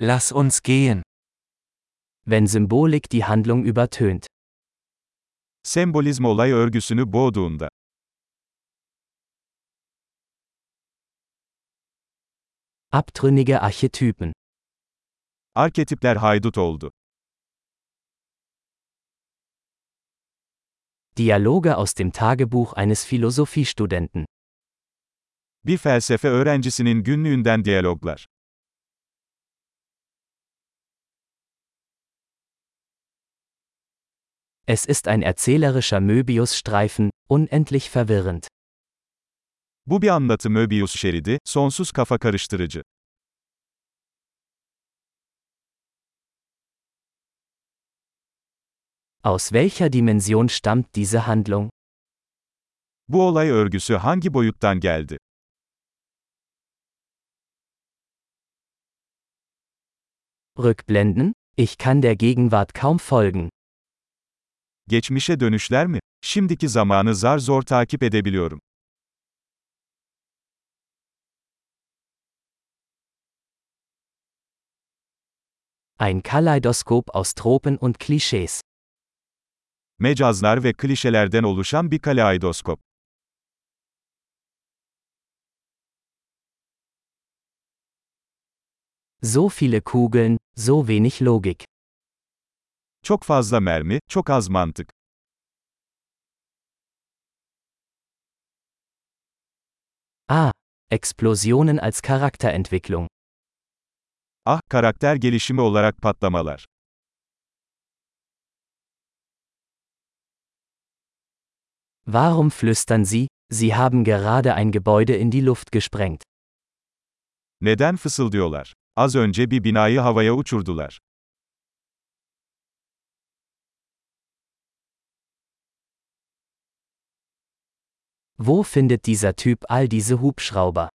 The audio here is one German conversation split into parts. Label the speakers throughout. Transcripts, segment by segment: Speaker 1: Lass uns gehen. Wenn Symbolik die Handlung übertönt.
Speaker 2: Sembolizm olay örgüsünü boğduğunda.
Speaker 1: Abtrünnige Archetypen.
Speaker 2: Arketipler haydut oldu.
Speaker 1: Dialoge aus dem Tagebuch eines Philosophiestudenten.
Speaker 2: Bir felsefe öğrencisinin günlüğünden diyaloglar.
Speaker 1: Es ist ein erzählerischer Möbius-Streifen, unendlich verwirrend.
Speaker 2: Bu bir anlatı Möbius şeridi, sonsuz kafa karıştırıcı.
Speaker 1: Aus welcher Dimension stammt diese Handlung?
Speaker 2: Bu olay örgüsü hangi boyuttan geldi?
Speaker 1: Rückblenden? Ich kann der Gegenwart kaum folgen.
Speaker 2: Geçmişe dönüşler mi? Şimdiki zamanı zar zor takip edebiliyorum.
Speaker 1: Ein Kaleidoskop aus Tropen und Klischees.
Speaker 2: Mecazlar ve klişelerden oluşan bir kaleidoskop.
Speaker 1: So viele Kugeln, so wenig Logik.
Speaker 2: Çok fazla mermi, çok az mantık.
Speaker 1: Ah, Explosionen als Charakterentwicklung.
Speaker 2: Ah, karakter gelişimi olarak patlamalar.
Speaker 1: Warum flüstern Sie, Sie haben gerade ein Gebäude in die Luft gesprengt?
Speaker 2: Neden fısıldıyorlar? Az önce bir binayı havaya uçurdular.
Speaker 1: Wo findet dieser Typ all diese Hubschrauber?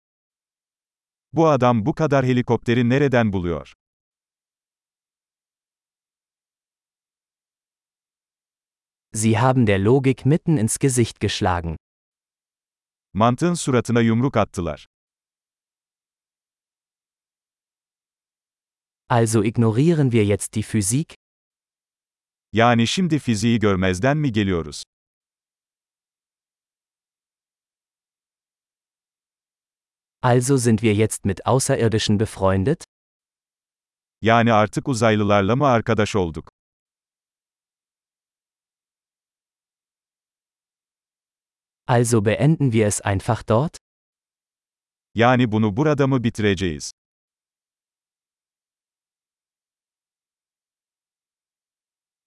Speaker 2: Bu adam bu kadar helikopteri nereden buluyor?
Speaker 1: Sie haben der Logik mitten ins Gesicht geschlagen.
Speaker 2: Mantığın suratına yumruk attılar.
Speaker 1: Also ignorieren wir jetzt die Physik?
Speaker 2: Yani şimdi fiziği görmezden mi geliyoruz?
Speaker 1: Also sind wir jetzt mit Außerirdischen befreundet?
Speaker 2: Yani artık uzaylılarla mı arkadaş olduk?
Speaker 1: Also beenden wir es einfach dort?
Speaker 2: Yani bunu burada mı bitireceğiz?